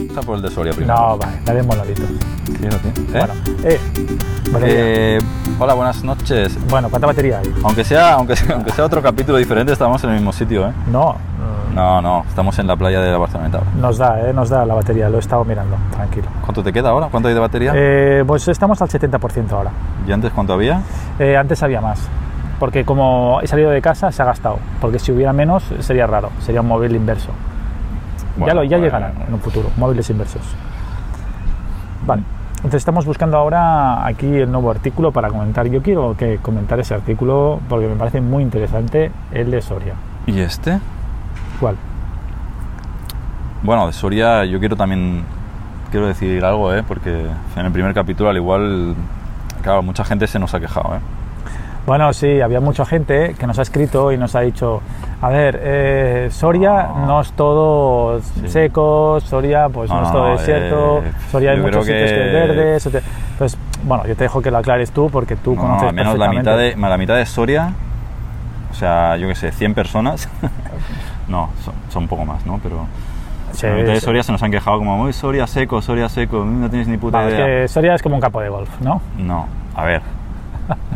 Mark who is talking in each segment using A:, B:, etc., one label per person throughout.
A: Está por el de Soria primero.
B: No, vale, dale monolito.
A: Sí, no tiene. ¿Eh?
B: Bueno, eh, batería.
A: Eh, hola, buenas noches.
B: bueno, ¿cuánta batería hay?
A: Aunque sea, aunque sea, aunque sea otro capítulo diferente, estamos en el mismo sitio, ¿eh?
B: No, mm,
A: No, no, estamos en la playa de la Barceloneta ahora.
B: nos da, eh, nos da la batería, lo he estado mirando, tranquilo.
A: ¿Cuánto te queda ahora? ¿Cuánto hay de batería?
B: Eh, pues estamos al 70% ahora.
A: ¿Y antes cuánto había?
B: Eh, antes había más, porque como he salido de casa se ha gastado, porque si hubiera menos sería raro, sería un móvil inverso. ya
A: Bueno,
B: lo, ya
A: bueno,
B: llegarán en un futuro, móviles inversos. Vale, entonces estamos buscando ahora aquí el nuevo artículo para comentar. Yo quiero que comentar ese artículo porque me parece muy interesante el de Soria.
A: ¿Y este?
B: ¿Cuál?
A: Bueno, de Soria yo quiero también quiero decir algo, ¿eh? porque en el primer capítulo al igual, claro, mucha gente se nos ha quejado, ¿eh?
B: Bueno, sí, había mucha gente ¿eh? que nos ha escrito y nos ha dicho, a ver, eh, Soria
A: No.
B: no, es todo
A: Ah. Sí.
B: seco, Soria pues no,
A: No,
B: es todo
A: no,
B: desierto,
A: eh,
B: Soria hay
A: yo
B: muchos
A: creo
B: sitios que
A: que-
B: es verde, eso te- entonces, bueno, yo te dejo que lo aclares tú porque tú
A: No,
B: conoces
A: al menos la
B: perfectamente.
A: mitad, de, la mitad de Soria, o sea, yo qué sé, 100 personas. no, son, son un poco más, ¿no? Pero
B: Sí,
A: la mitad de
B: sí.
A: Soria se nos han quejado como, uy, Soria seco, Soria seco, mm, no tienes ni puta
B: Vale, Ah, es
A: idea.
B: que Soria es como un campo de golf, ¿no?
A: No, a ver.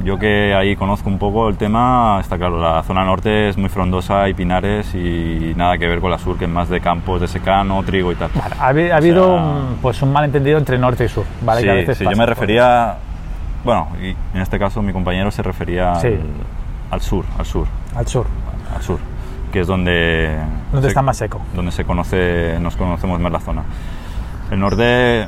A: Yo que ahí conozco un poco el tema, está claro, la zona norte es muy frondosa y pinares y nada que ver con la sur, que es más de campos de secano, trigo y tal.
B: Vale, ha, habi- ha
A: O
B: habido
A: sea-
B: un, pues un malentendido entre norte y sur, ¿vale?
A: sí,
B: Que a veces
A: sí, yo
B: pasa. pues,
A: me refería, bueno, y en este caso mi compañero se refería
B: Sí.
A: al, al sur, al sur,
B: Al sur,
A: al sur, que es donde...
B: donde
A: se-
B: está más seco.
A: donde se conoce, nos conocemos más la zona. El norte,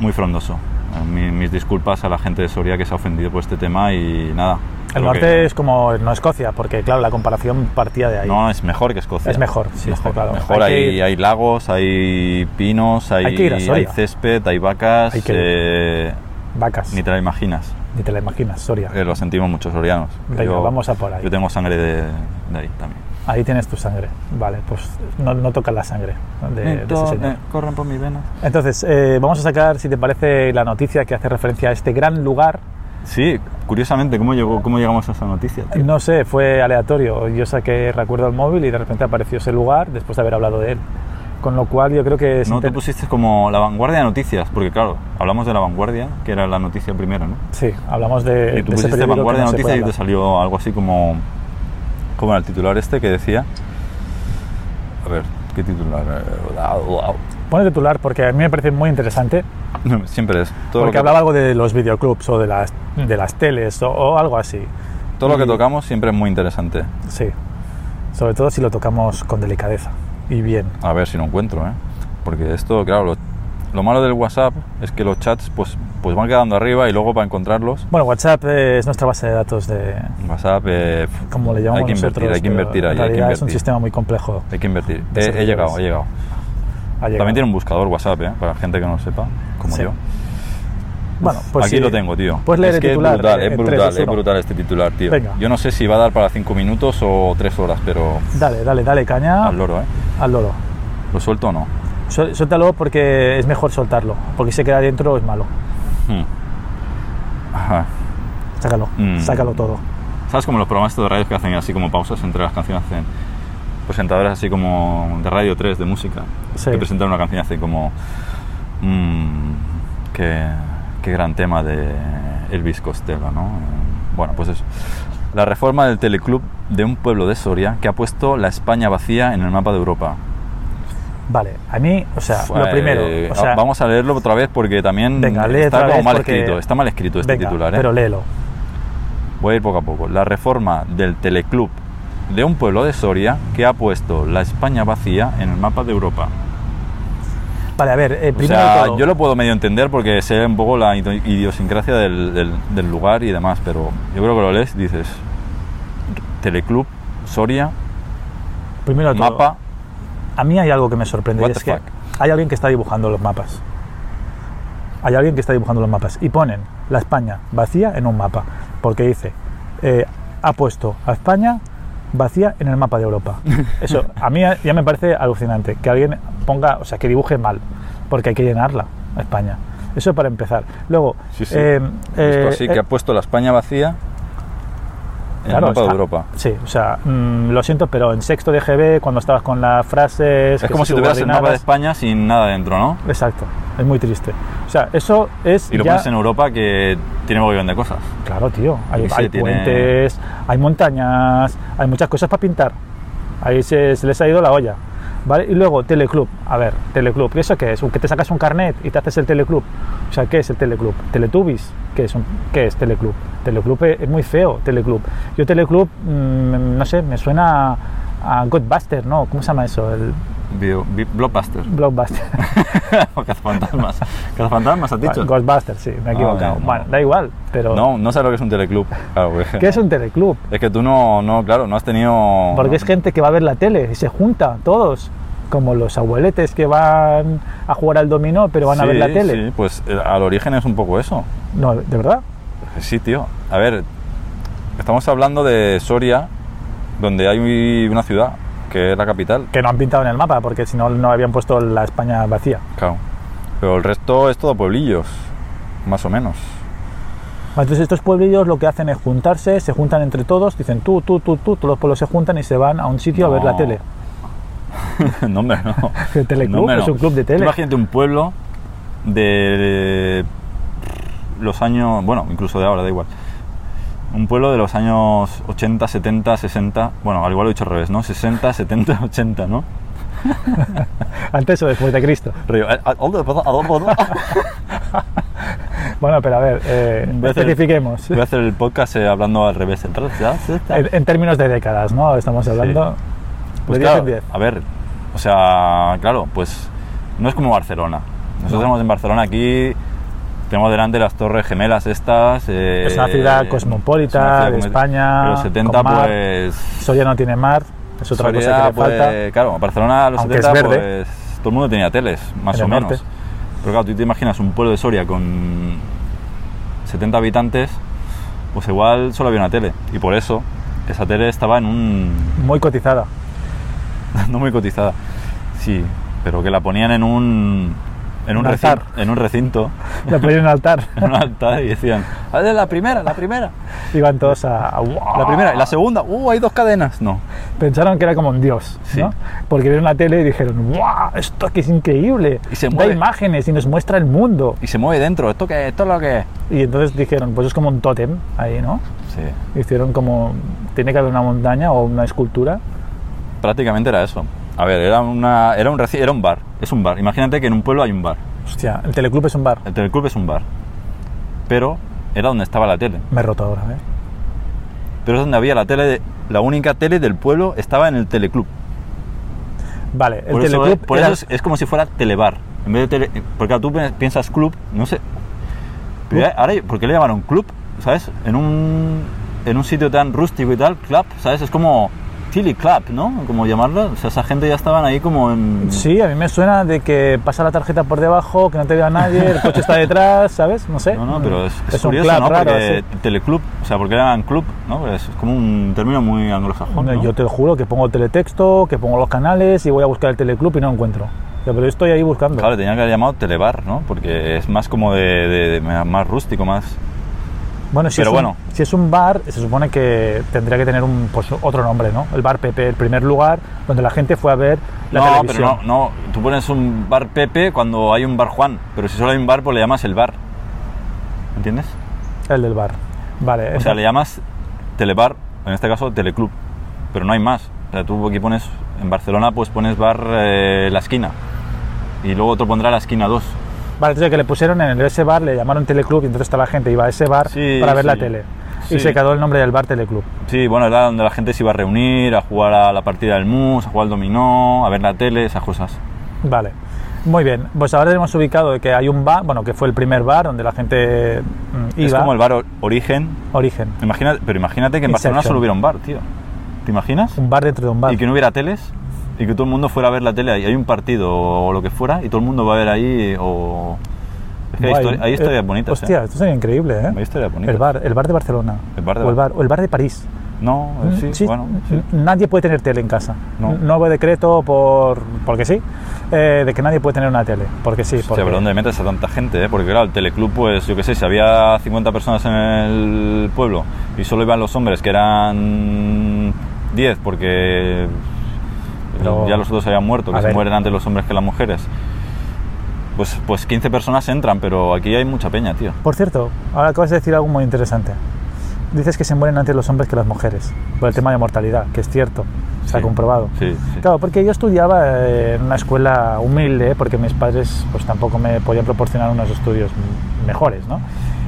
A: muy frondoso. Eh, mi- mis disculpas a la gente de Soria que se ha ofendido por este tema y nada.
B: El
A: creo
B: norte
A: que-
B: es como no Escocia, porque claro, la comparación partía de ahí.
A: No, es mejor que Escocia.
B: Es mejor, sí, está claro.
A: Mejor,
B: Hay
A: hay,
B: que ir-
A: hay lagos, hay pinos, hay,
B: Hay que ir a Soria.
A: hay césped, hay vacas.
B: Hay que ir.
A: eh,
B: Vacas,
A: ni te la imaginas.
B: ni te la imaginas, Soria.
A: Eh, lo sentimos muchos sorianos.
B: Venga, vamos a por ahí.
A: Yo tengo sangre de, de ahí también.
B: Ahí tienes tu sangre. Vale, pues no, no toca la sangre de, de ese señor.
A: eh, corren por mis venas.
B: Entonces, eh, vamos a sacar, si te parece, la noticia que hace referencia a este gran lugar.
A: Sí, curiosamente, ¿cómo, llegó, cómo llegamos a esa noticia? tío?
B: No sé, fue aleatorio. Yo saqué recuerdo al móvil y de repente apareció ese lugar después de haber hablado de él. Con lo cual yo creo que... es
A: No te
B: inter-
A: pusiste como la vanguardia de noticias, porque claro, hablamos de la vanguardia, que era la noticia primero, ¿no?
B: Sí, hablamos
A: Y tú
B: de... Eh, de ese
A: pusiste
B: periódico que
A: vanguardia
B: no
A: de
B: se
A: noticias y
B: puede
A: te
B: hablar.
A: salió algo así como. como era el titular este que decía. A ver, ¿qué titular? Eh, au, au.
B: Pone titular porque a mí me parece muy interesante
A: Siempre es. Todo, lo
B: porque
A: que, Mm.
B: hablaba algo de los videoclubs o de las, de las teles o- o algo así.
A: todo lo que
B: y-
A: tocamos siempre es muy interesante.
B: Sí. Sobre todo si lo tocamos con delicadeza y bien.
A: A ver si lo encuentro, ¿eh? Porque esto, claro, lo, lo malo del WhatsApp es que los chats pues, pues van quedando arriba y luego para encontrarlos.
B: Bueno, WhatsApp eh, es nuestra base de datos de,
A: WhatsApp, eh, pf,
B: como le llamamos
A: hay que invertir,
B: nosotros,
A: hay que
B: pero
A: invertir
B: en
A: ahí, hay que
B: realidad es un
A: invertir.
B: sistema muy complejo.
A: Hay que invertir.
B: De
A: He, he
B: servidores.
A: llegado, he llegado.
B: Ha llegado.
A: También tiene un buscador WhatsApp, ¿eh? Para gente que no lo sepa, como
B: Sí.
A: yo.
B: Bueno, pues
A: Aquí
B: sí.
A: lo tengo, tío.
B: Puedes leer
A: es
B: el
A: que
B: titular.
A: es brutal,
B: eh,
A: es
B: en
A: brutal,
B: 3, 2,
A: es
B: 1.
A: brutal este titular, tío.
B: Venga.
A: Yo no sé si va a dar para 5 minutos o 3 horas, pero
B: Dale, dale, dale caña
A: al loro, ¿eh?
B: al loro.
A: ¿Lo suelto o no?
B: Suel- Suéltalo porque es mejor soltarlo, porque si se queda dentro es malo.
A: Hmm. Ajá.
B: Sácalo,
A: Mm.
B: sácalo todo.
A: ¿Sabes como los programas estos de radio que hacen así como pausas entre las canciones? Hacen presentadores así como de Radio 3, de música.
B: Sí.
A: Que presentan una canción así como... mm, qué, qué gran tema de Elvis Costello, ¿no? Bueno, pues eso. La reforma del teleclub de un pueblo de Soria que ha puesto la España vacía en el mapa de Europa.
B: Vale, a mí, o sea,
A: Fue-
B: lo primero,
A: eh,
B: o sea,
A: vamos a leerlo otra vez porque también
B: Venga, lee
A: está
B: otra
A: como
B: vez
A: mal
B: porque-
A: escrito. Está mal escrito este
B: venga,
A: titular, ¿eh?
B: pero léelo.
A: Voy a ir poco a poco. La reforma del teleclub de un pueblo de Soria que ha puesto la España vacía en el mapa de Europa.
B: Vale, a ver, eh,
A: O
B: primero de
A: sea,
B: todo-
A: yo lo puedo medio entender porque sé un poco la ido- idiosincrasia del, del- del lugar y demás, pero yo creo que lo lees, dices, teleclub, Soria,
B: primero de todo,
A: mapa,
B: A mí hay algo que me sorprende
A: What
B: y
A: the
B: es que
A: fuck?
B: hay alguien que está dibujando los mapas. Hay alguien que está dibujando los mapas y ponen la España vacía en un mapa, porque dice eh, ha puesto a España vacía en el mapa de Europa. Eso a mí ya me parece alucinante que alguien ponga, o sea, que dibuje mal, porque hay que llenarla España. Eso para empezar. Luego,
A: Sí, sí.
B: eh, eh,
A: esto así, que
B: eh,
A: ha puesto la España vacía El
B: Claro,
A: mapa
B: o sea,
A: de Europa.
B: Sí, o sea, mm, lo siento, pero en sexto de GB, cuando estabas con las frases.
A: Es como si tuvieras el mapa de España sin nada dentro, ¿no?
B: subordinadas- Exacto, es muy triste. O sea, eso es.
A: Y lo
B: ya-
A: pones en Europa que tiene mogollón de cosas.
B: Claro, tío. Hay,
A: Sí,
B: hay
A: tiene-
B: puentes, hay montañas, hay muchas cosas para pintar. Ahí se, se les ha ido la olla. ¿Vale? Y luego, Teleclub. A ver, Teleclub. ¿Y eso qué es? ¿Que te sacas un carnet y te haces el Teleclub? O sea, ¿qué es el Teleclub? ¿Teletubbies? ¿Qué es, un- qué es Teleclub? Teleclub es, es muy feo, Teleclub. Yo Teleclub, mm, no sé, me suena a, a Godbuster, ¿no? ¿Cómo se llama eso? El
A: Bio- bi- blockbuster.
B: Blockbuster.
A: o cazafantasmas. ¿Cazafantasmas has dicho?
B: Ghostbuster, sí, me he
A: Ah,
B: equivocado.
A: no.
B: Bueno, da igual, pero...
A: No, no sé lo que es un teleclub. Claro, porque-
B: ¿Qué es un Teleclub?
A: Es que tú no, no, claro, no has tenido...
B: Porque es gente que va a ver la tele y se junta todos, como los abueletes que van a jugar al dominó pero van a
A: Sí,
B: ver la tele.
A: Sí, pues eh, al origen es un poco eso.
B: No, de verdad.
A: Sí, tío. A ver, estamos hablando de Soria, donde hay una ciudad que es la capital.
B: Que no han pintado en el mapa porque si no no habían puesto la España vacía.
A: Claro. Pero el resto es todo pueblillos, más o menos.
B: Entonces estos pueblillos lo que hacen es juntarse, se juntan entre todos, dicen tú, tú, tú, tú, todos los pueblos se juntan y se van a un sitio a ver la
A: No.
B: tele.
A: no, hombre, no.
B: El teleclub
A: hombre,
B: es un club de
A: Tú
B: tele.
A: Imagínate un pueblo de los años, bueno, incluso de ahora, da igual. Un pueblo de los años 80, 70, 60, bueno, al igual lo he dicho al revés, ¿no? 60, 70, 80, ¿no?
B: Antes o después de Cristo.
A: Río, eh, al- al- al- al-
B: Bueno, pero a ver, eh,
A: Voy a hacer-
B: especifiquemos.
A: Voy a hacer el podcast eh, hablando al revés. Entonces, ya, sí, está.
B: En, en términos de décadas, ¿no? Estamos hablando
A: Pues
B: de 10
A: claro,
B: en 10.
A: a ver, o sea, claro, pues no es como Barcelona. Nosotros tenemos en Barcelona aquí, tenemos delante las Torres Gemelas estas. eh,
B: Es una ciudad
A: eh,
B: cosmopolita,
A: es una
B: de
A: como-
B: España,
A: Pero los 70,
B: con mar,
A: pues.
B: Soria no tiene mar, es otra cosa que
A: Soria,
B: le falta.
A: pues, Claro, Barcelona a los
B: Aunque es
A: 70,
B: verde.
A: pues todo el mundo tenía teles, más
B: En
A: o
B: el
A: menos.
B: norte.
A: Pero claro, tú te imaginas un pueblo de Soria con 70 habitantes, pues igual solo había una tele. Y por eso esa tele estaba en un,
B: Muy cotizada.
A: no muy cotizada. Sí, pero que la ponían en un en un,
B: Un
A: recin-
B: altar.
A: en un recinto,
B: La ponían en el altar.
A: en un altar y decían, "Ah, es la primera, la primera,
B: Iban todos a. a-
A: la primera y la segunda, uh, hay dos cadenas." No.
B: Pensaron que era como un dios,
A: Sí.
B: ¿no? Porque vieron la tele y dijeron, ¡guau! Esto que es increíble.
A: Y se
B: da
A: mueve.
B: imágenes y nos muestra el mundo.
A: Y se mueve dentro, esto que esto es lo que es.
B: Y entonces dijeron, pues es como un tótem ahí, ¿no?
A: Sí,
B: Hicieron como. Tiene que haber una montaña o una escultura.
A: prácticamente era eso. A ver, era una era un reci- era un bar, es un bar. Imagínate que en un pueblo hay un bar.
B: Hostia, el teleclub es un bar.
A: El teleclub es un bar. Pero era donde estaba la tele.
B: Me he roto ahora, ¿eh?
A: Pero es donde había la tele, de- la única tele del pueblo estaba en el teleclub.
B: Vale, el
A: Por eso,
B: teleclub.
A: por
B: era-
A: eso es, es como si fuera telebar. En vez de tele- porque claro, tú pe- piensas club, no sé. Pero ya- ahora, ¿por qué le llamaron club? ¿Sabes? En un, en un sitio tan rústico y tal, club, ¿sabes? Es como Tilly Club, ¿no? Como llamarlo. O sea, esa gente ya estaban ahí como en.
B: Sí, a mí me suena de que pasa la tarjeta por debajo, que no te vea nadie, el coche está detrás, ¿sabes? No sé.
A: No, no, pero es, es
B: ¿eh? un
A: curioso,
B: club
A: ¿no?
B: raro,
A: Porque
B: sí.
A: teleclub, o sea, porque le llaman club, ¿no? Pues es como un término muy anglosajón. ¿no?
B: Yo te lo juro que pongo teletexto, que pongo los canales y voy a buscar el teleclub y no encuentro. Yo, Pero estoy ahí buscando.
A: Claro, le tenían que haber llamado telebar, ¿no? Porque es más como de, de- de- más rústico, más.
B: bueno, si
A: pero
B: es un,
A: bueno.
B: si es un bar, se supone que tendría que tener un, pues, otro nombre, ¿no? El bar Pepe, el primer lugar donde la gente fue a ver la
A: no,
B: televisión.
A: pero no, no. Tú pones un bar Pepe cuando hay un bar Juan, pero si solo hay un bar, pues le llamas el bar. ¿Entiendes?
B: El del bar. Vale.
A: O sea, le llamas telebar, en este caso teleclub, pero no hay más. O sea, tú aquí pones, en Barcelona, pues pones bar eh, La Esquina y luego otro pondrá La Esquina 2.
B: Vale, entonces que le pusieron en el- ese bar, le llamaron Teleclub y entonces toda la gente iba a ese bar
A: Sí,
B: para ver la
A: sí.
B: tele.
A: Sí.
B: Y se quedó el nombre del bar Teleclub.
A: Sí, bueno, era donde la gente se iba a reunir, a jugar a la partida del mus, a jugar al dominó, a ver la tele, esas cosas.
B: Vale. Muy bien, pues ahora hemos ubicado que hay un bar, bueno, que fue el primer bar donde la gente mm, iba.
A: Es como el bar O- Origen.
B: Origen.
A: Imagina- pero imagínate que en Barcelona
B: Inception.
A: solo hubiera un bar, tío. ¿Te imaginas?
B: Un bar dentro de un bar.
A: y que no hubiera teles y que todo el mundo fuera a ver la tele. ahí. Hay un partido o lo que fuera y todo el mundo va a ver ahí o... Es que hay,
B: Guay.
A: histori- hay
B: Eh,
A: historias bonitas.
B: Hostia,
A: ¿eh?
B: esto sería increíble, ¿eh?
A: Hay historias bonitas.
B: El bar, el bar de Barcelona.
A: El bar de
B: o, el bar, o el bar de París.
A: No, eh, sí,
B: Sí,
A: bueno. sí.
B: Nadie puede tener tele en casa.
A: No.
B: no hubo decreto por, porque sí, eh, de que nadie puede tener una tele. Porque sí.
A: Hostia,
B: Porque,
A: pero ¿dónde metes a tanta gente? eh? Porque claro, el teleclub, pues yo qué sé, si había 50 personas en el pueblo y solo iban los hombres, que eran 10, porque
B: Pero-
A: ya los otros habían muerto, que
B: A
A: se
B: ver.
A: mueren antes los hombres que las mujeres. Pues, pues 15 personas entran, pero aquí hay mucha peña, tío.
B: Por cierto, ahora acabas de decir algo muy interesante. Dices que se mueren antes los hombres que las mujeres, por el tema de mortalidad, que es cierto, se ha
A: Sí.
B: comprobado.
A: Sí, sí.
B: Claro, porque yo estudiaba eh, en una escuela humilde, porque mis padres pues tampoco me podían proporcionar unos estudios m- mejores, ¿no?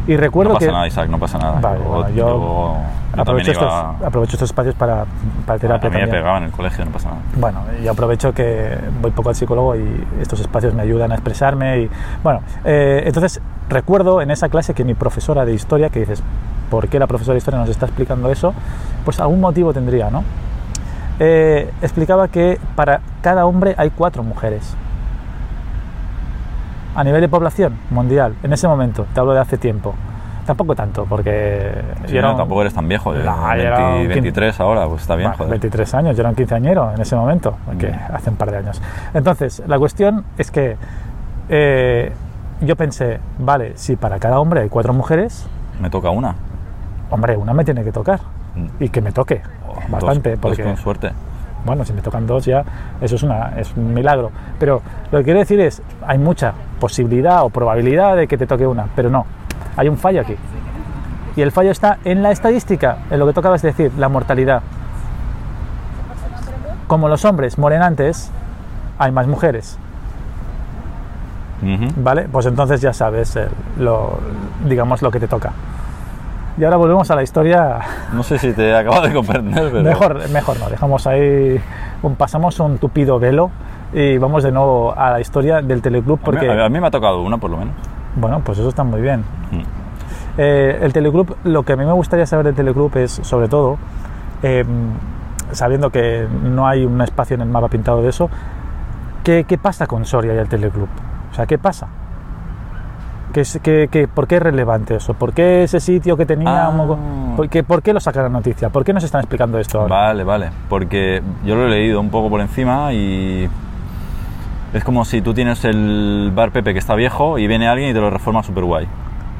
B: Y
A: no
B: recuerdo
A: pasa
B: que
A: nada, Isaac, no pasa nada.
B: Vale, bueno, yo
A: yo también
B: aprovecho, estos,
A: iba-
B: aprovecho estos espacios para, para
A: a,
B: terapia
A: mí me
B: también.
A: pegaban en el colegio, no pasa nada.
B: Bueno, yo aprovecho que voy poco al psicólogo y estos espacios me ayudan a expresarme. Y, bueno, eh, entonces recuerdo en esa clase que mi profesora de historia, que dices, ¿por qué la profesora de historia nos está explicando eso? Pues algún motivo tendría, ¿no? Eh, explicaba que para cada hombre hay cuatro mujeres. A nivel de población mundial, en ese momento, te hablo de hace tiempo. Tampoco tanto, porque...
A: Sí,
B: yo era
A: no,
B: un-
A: tampoco eres tan viejo, yo-
B: No, yo
A: 20,
B: era un quin-
A: 23 ahora, pues está bien,
B: bueno,
A: joder.
B: 23 años, yo era un quinceañero en ese momento, que
A: Ya.
B: hace un par de años. Entonces, la cuestión es que eh, yo pensé, vale, si para cada hombre hay cuatro mujeres,
A: Me toca una.
B: hombre, una me tiene que tocar. Y que me toque
A: Dos-
B: bastante,
A: dos
B: porque,
A: con suerte.
B: bueno, si me tocan dos ya, eso es, una, es un milagro. Pero lo que quiero decir es, hay mucha posibilidad o probabilidad de que te toque una, pero no, hay un fallo aquí. Y el fallo está en la estadística, en lo que tú acabas de decir, la mortalidad. Como los hombres mueren antes, hay más mujeres,
A: Ujú.
B: ¿vale? Pues entonces ya sabes, eh, lo, digamos, lo que te toca. Y ahora volvemos a la historia
A: No sé si te he acabado de comprender, pero.
B: Mejor, mejor no, dejamos ahí, un, pasamos un tupido velo y vamos de nuevo a la historia del teleclub
A: A mí-
B: porque,
A: a, mí, me ha tocado una, por lo menos.
B: bueno, pues eso está muy bien.
A: Mm.
B: Eh, el teleclub, lo que a mí me gustaría saber del teleclub es, sobre todo, eh, sabiendo que no hay un espacio en el mapa pintado de eso, ¿qué, qué pasa con Soria y el teleclub? O sea, ¿qué pasa? ¿Qué es- qué- qué- ¿Por qué es relevante eso? ¿Por qué ese sitio que tenía...
A: Ah.
B: un mogo- ¿por, qué, ¿Por qué lo sacan a noticia? ¿Por qué nos están explicando esto ahora?
A: Vale, vale. Porque yo lo he leído un poco por encima y. Es como si tú tienes el bar Pepe que está viejo y viene alguien y te lo reforma súper guay.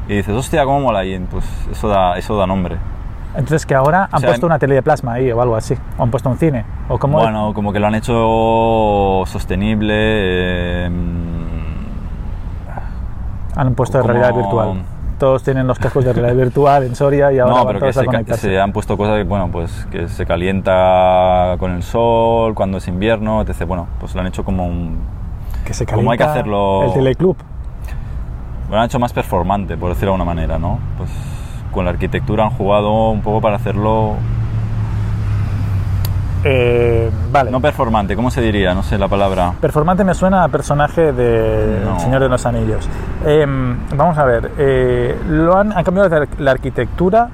A: Y dices, hostia, cómo mola. Y pues eso da, eso da nombre.
B: Entonces que ahora han
A: sea,
B: puesto
A: en-
B: una tele de plasma ahí o algo así, o han puesto un cine, o como
A: Bueno, como que lo han hecho sostenible. eh, mm,
B: han puesto de
A: como-
B: realidad virtual. Todos tienen los cascos de realidad virtual en Soria y ahora
A: No,
B: van
A: pero que
B: todos a
A: se, ca-
B: conectarse.
A: se han puesto cosas que, bueno, pues que se calienta con el sol, cuando es invierno, etc. Bueno, pues lo han hecho como un...
B: que se
A: como hay que
B: calienta
A: hacerlo-
B: El teleclub.
A: Lo han hecho más performante, por decirlo de alguna manera, ¿no? Pues con la arquitectura han jugado un poco para hacerlo...
B: Eh, vale.
A: No performante, ¿cómo se diría? No sé la palabra.
B: Performante me suena a personaje de
A: No.
B: El Señor de los Anillos. Em, vamos a ver, eh, lo han, han cambiado la, la arquitectura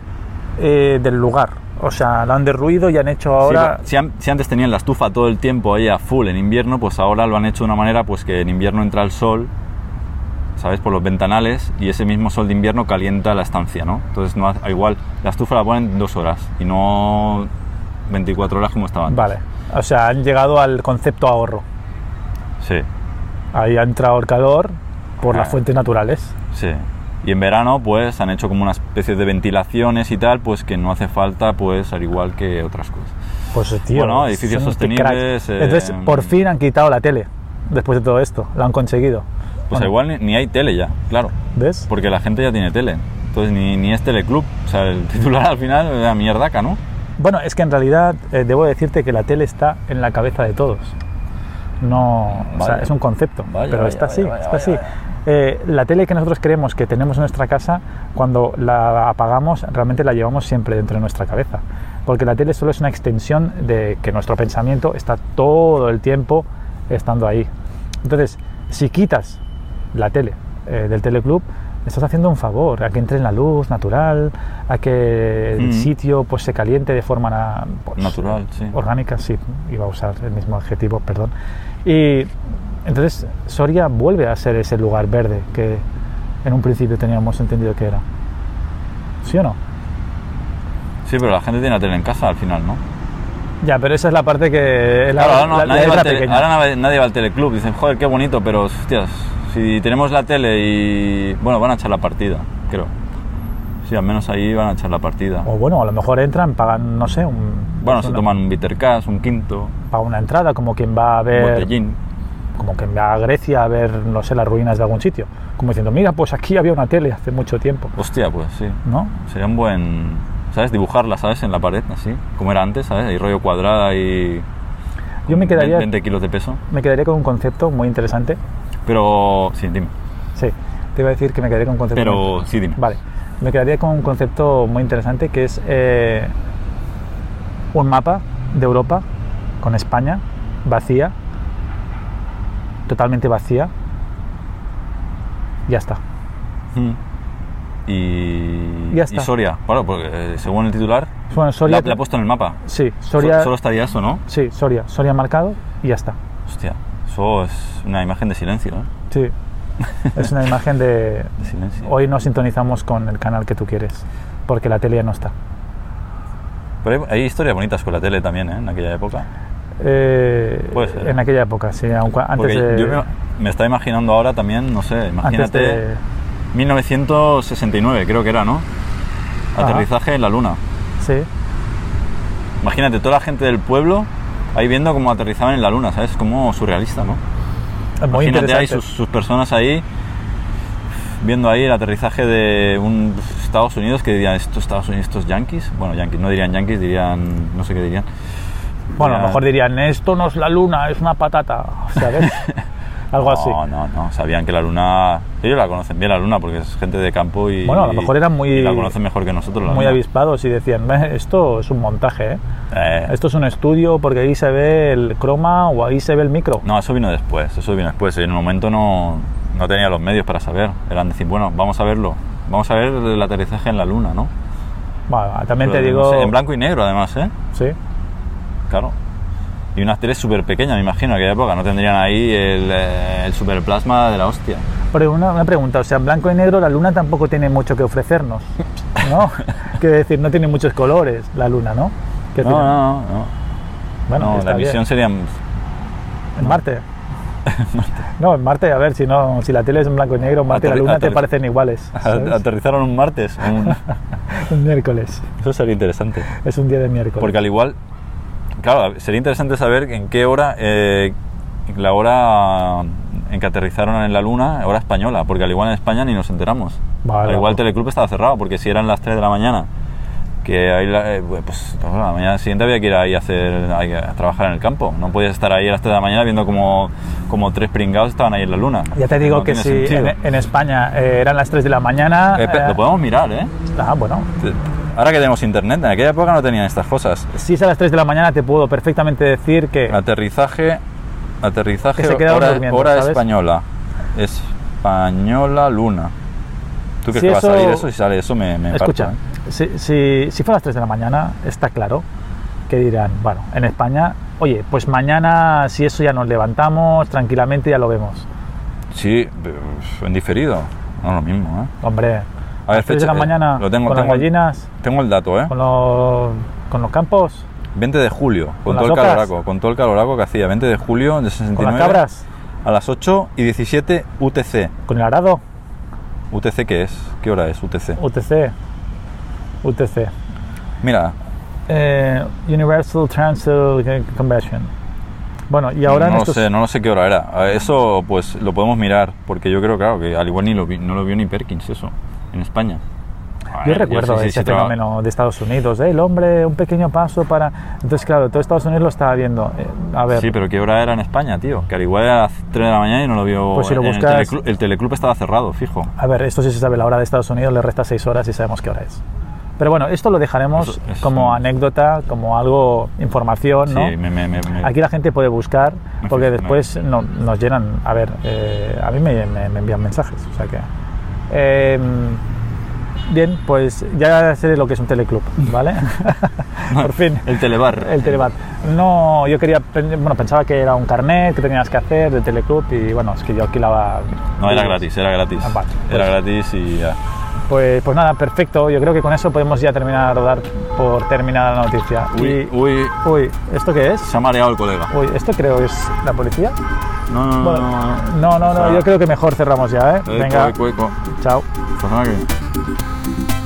B: eh, del lugar. O sea, lo han derruido y han hecho
A: Sí,
B: ahora...
A: si, an- si antes tenían la estufa todo el tiempo ahí a full en invierno, pues ahora lo han hecho de una manera pues que en invierno entra el sol, ¿sabes? Por los ventanales y ese mismo sol de invierno calienta la estancia, ¿no? Entonces no ha- igual la estufa la ponen dos horas y no 24 horas como estaban.
B: Vale. O sea, han llegado al concepto ahorro.
A: Sí,
B: Ahí ha entrado el calor por las
A: Ah.
B: fuentes naturales.
A: sí. Y en verano pues han hecho como una especie de ventilaciones y tal, pues que no hace falta pues al igual que otras cosas.
B: Pues tío.
A: Bueno, edificios
B: son- qué
A: sostenibles,
B: cracks. Entonces,
A: eh,
B: por fin han quitado la tele. Después de todo esto, lo han conseguido.
A: Pues
B: Bueno,
A: igual ni, ni hay tele ya, claro.
B: ¿Ves?
A: Porque la gente ya tiene tele. Entonces ni, ni es teleclub. O sea, el titular al final es la mierdaca, ¿no?
B: Bueno, es que en realidad eh, debo decirte que la tele está en la cabeza de todos. No, o sea,
A: Vaya.
B: es un concepto,
A: Vaya,
B: pero
A: vaya,
B: está así,
A: vaya,
B: está
A: vaya,
B: así.
A: vaya.
B: Eh, la tele que nosotros creemos que tenemos en nuestra casa, cuando la apagamos, realmente la llevamos siempre dentro de nuestra cabeza. Porque la tele solo es una extensión de que nuestro pensamiento está todo el tiempo estando ahí. Entonces, si quitas la tele eh, del teleclub, estás haciendo un favor a que entre en la luz natural, a que el
A: Mm.
B: sitio pues, se caliente de forma na- pues,
A: Natural, sí.
B: orgánica, sí, iba a usar el mismo adjetivo, perdón. Y entonces Soria vuelve a ser ese lugar verde que en un principio teníamos entendido que era. ¿Sí o no?
A: Sí, pero la gente tiene la tele en casa al final, ¿no?
B: Ya, pero esa es la parte que es la,
A: Claro, ahora, no-
B: la- la-
A: nadie
B: es
A: va
B: la
A: al tele-
B: pequeña.
A: ahora na- nadie va al teleclub. Dicen, joder, qué bonito, pero hostias, si tenemos la tele y. Bueno, van a echar la partida, creo. Sí, al menos ahí van a echar la partida.
B: O bueno, a lo mejor entran, pagan, no sé, un,
A: bueno,
B: Oh,
A: se
B: pues una-
A: toman un bitter cash, un quinto,
B: pagan una entrada, como quien va a
A: un
B: ver,
A: botellín.
B: como quien va a Grecia a ver, no sé, las ruinas de algún sitio. Como diciendo, mira, pues aquí había una tele hace mucho tiempo,
A: Hostia, pues sí.
B: ¿no?
A: Sería un buen. ¿Sabes? Dibujarla, ¿sabes? En la pared, así. Como era antes, ¿sabes? Ahí rollo cuadrada y.
B: Yo me quedaría,
A: 20 kilos de peso.
B: me quedaría con un concepto muy interesante.
A: Pero. Sí, dime.
B: Sí, te iba a decir que me quedaría con un concepto. muy-
A: Pero sí, dime.
B: Vale, me quedaría con un concepto muy interesante que es eh, un mapa de Europa con España vacía, totalmente vacía. Ya está.
A: Mm. Y,
B: Ya
A: y
B: está.
A: Soria, claro, porque eh, según el titular,
B: Bueno, Soria.
A: la, la ha puesto en el mapa.
B: Sí,
A: So-
B: Soria.
A: Solo estaría eso, ¿no?
B: Sí, Soria. Soria marcado y ya está.
A: Hostia, eso es una imagen de silencio, ¿eh?
B: Sí. Es una imagen de.
A: De silencio.
B: Hoy nos sintonizamos con el canal que tú quieres, porque la tele ya no está.
A: Pero hay, hay historias bonitas con la tele también, ¿eh? En aquella época.
B: Eh,
A: Puede ser.
B: En aquella época, sí, aunque antes
A: Porque
B: de.
A: yo me, me estaba imaginando ahora también, no sé,
B: antes
A: imagínate
B: de-
A: 1969, creo que era, ¿no?
B: Ajá.
A: Aterrizaje en la luna.
B: Sí.
A: Imagínate toda la gente del pueblo ahí viendo cómo aterrizaban en la luna, ¿sabes? Como surrealista, ¿no?
B: Es Muy
A: Imagínate ahí
B: interesante.
A: sus, sus personas ahí viendo ahí el aterrizaje de un Estados Unidos que dirían estos Estados Unidos, estos yankees. Bueno, yankees, no dirían yankees, dirían, no sé qué dirían.
B: Bueno, a lo
A: Dirían-
B: mejor dirían, esto no es la luna, es una patata, ¿sabes? Algo así.
A: No, no, no, sabían que la luna, ellos la conocen bien la luna porque es gente de campo y
B: Bueno, a lo mejor eran muy-
A: y la conocen mejor que nosotros. La
B: Muy
A: luna.
B: avispados y decían, "Eh, esto es un montaje, ¿eh?
A: Eh,
B: Esto es un estudio porque ahí se ve el croma o ahí se ve el micro.
A: No, eso vino después, eso vino después. Y en el momento no, no tenía los medios para saber. Eran decir, bueno, vamos a verlo, vamos a ver el aterrizaje en la luna, ¿no?
B: Bueno, también
A: Pero,
B: te
A: no
B: digo...
A: sé, en blanco y negro además, ¿eh?
B: Sí.
A: Claro. Y unas teles súper pequeñas, me imagino, en aquella época. No tendrían ahí el, eh, el superplasma de la hostia.
B: Pero una, una pregunta, o sea, en blanco y negro la luna tampoco tiene mucho que ofrecernos, ¿no? Quiero decir, no tiene muchos colores la luna, ¿no?
A: No,
B: Quiero
A: no,
B: decir,
A: no. no.
B: Bueno,
A: No,
B: está
A: la
B: bien.
A: visión sería...
B: En Marte. No, en Marte, a ver, si no, si la tele es en blanco y negro, en Marte y la
A: Aterri-
B: luna te
A: aterri-
B: parecen iguales. ¿sabes?
A: Aterrizaron un martes. un-
B: Un miércoles.
A: Eso sería interesante.
B: Es un día de miércoles.
A: Porque al igual... Claro, sería interesante saber en qué hora... eh, la hora en que aterrizaron en la luna, hora española. Porque al igual en España ni nos enteramos.
B: Vale,
A: al
B: vale.
A: igual Teleclub estaba cerrado, porque si eran las 3 de la mañana... que ahí la, eh, pues a la mañana siguiente había que ir ahí a hacer a, a trabajar en el campo no podías estar ahí a las 3 de la mañana viendo como, como tres pringados estaban ahí en la luna
B: Ya te digo
A: No
B: que
A: tiene
B: si
A: sentido.
B: en, en España eh, eran las 3 de la mañana...
A: Eh, pe-
B: eh,
A: lo podemos mirar eh
B: Ah, bueno.
A: Te- ahora que tenemos internet en aquella época no tenían estas cosas
B: Si es a las 3 de la mañana te puedo perfectamente decir que...
A: aterrizaje aterrizaje
B: Que se quedaron
A: hora,
B: durmiendo,
A: hora
B: ¿sabes?
A: española española luna tú crees
B: Si
A: que va
B: eso-
A: a salir eso si sale eso me, me parto,
B: Escucha,
A: ¿eh?
B: si, si, si fue a las 3 de la mañana, está claro que dirán, bueno, en España, oye, pues mañana si eso ya nos levantamos tranquilamente ya lo vemos.
A: ¿eh? sí en diferido no lo mismo eh
B: Hombre,
A: a ver,
B: 3 de
A: fecha- eh,
B: la mañana
A: lo tengo,
B: con
A: tengo
B: las
A: el-
B: gallinas,
A: Tengo el dato, ¿eh?
B: con los, con los campos,
A: 20 de julio, con,
B: ¿Con las
A: todo el
B: locas?
A: caloraco, con todo el caloraco que hacía. 20 de julio de
B: con
A: 69.
B: las cabras,
A: A las 8 y 17 UTC.
B: con el arado,
A: ¿UTC qué es? ¿Qué hora es UTC?
B: UTC, UTC.
A: Mira,
B: Eh, Universal Transit Convention. Bueno, y ahora
A: no
B: en
A: lo
B: estos...
A: sé, no lo sé qué hora era. A ver, Eso pues lo podemos mirar, porque yo creo, claro, que al igual ni lo vi- no lo vio ni Perkins eso, en España. A
B: Yo
A: ver,
B: recuerdo
A: sí, sí,
B: ese
A: sí, traba-
B: fenómeno de Estados Unidos, ¿eh? el hombre, un pequeño paso para... Entonces, claro, todo Estados Unidos lo estaba viendo. Eh, a ver,
A: Sí, pero ¿qué hora era en España, tío? Que al igual era a las 3 de la mañana y no lo vio.
B: Pues si lo
A: en el
B: buscas-
A: teleclu- el teleclub estaba cerrado, fijo.
B: a ver, esto sí se sabe la hora de Estados Unidos, le resta seis horas y sabemos qué hora es. Pero bueno, esto lo dejaremos
A: Eso- eso-
B: como anécdota, como algo, información, ¿no?
A: Sí, me, me- me- me-
B: Aquí la gente puede buscar porque
A: fijo,
B: después no- nos llenan. A ver, eh, a mí me, me- me envían mensajes. O sea que. eh, bien, pues ya sé lo que es un teleclub, ¿vale? Por fin.
A: El telebar.
B: El telebat. No, yo quería. pen- Bueno, pensaba que era un carnet que tenías que hacer de teleclub y bueno, es que yo alquilaba.
A: No, era gratis, era gratis.
B: Ah, vale, pues-
A: Era gratis y ya.
B: Pues, pues nada, perfecto. Yo creo que con eso podemos ya terminar de dar por terminada la noticia.
A: Uy,
B: Y-
A: uy,
B: uy, ¿esto qué es?
A: se ha mareado el colega.
B: Uy, ¿esto creo que es la policía?
A: No, no,
B: Bueno,
A: no.
B: no, no,
A: O sea,
B: no, yo creo que mejor cerramos ya, ¿eh?
A: eco,
B: Venga,
A: eco, eco.
B: chao.
A: Hasta la semana que viene.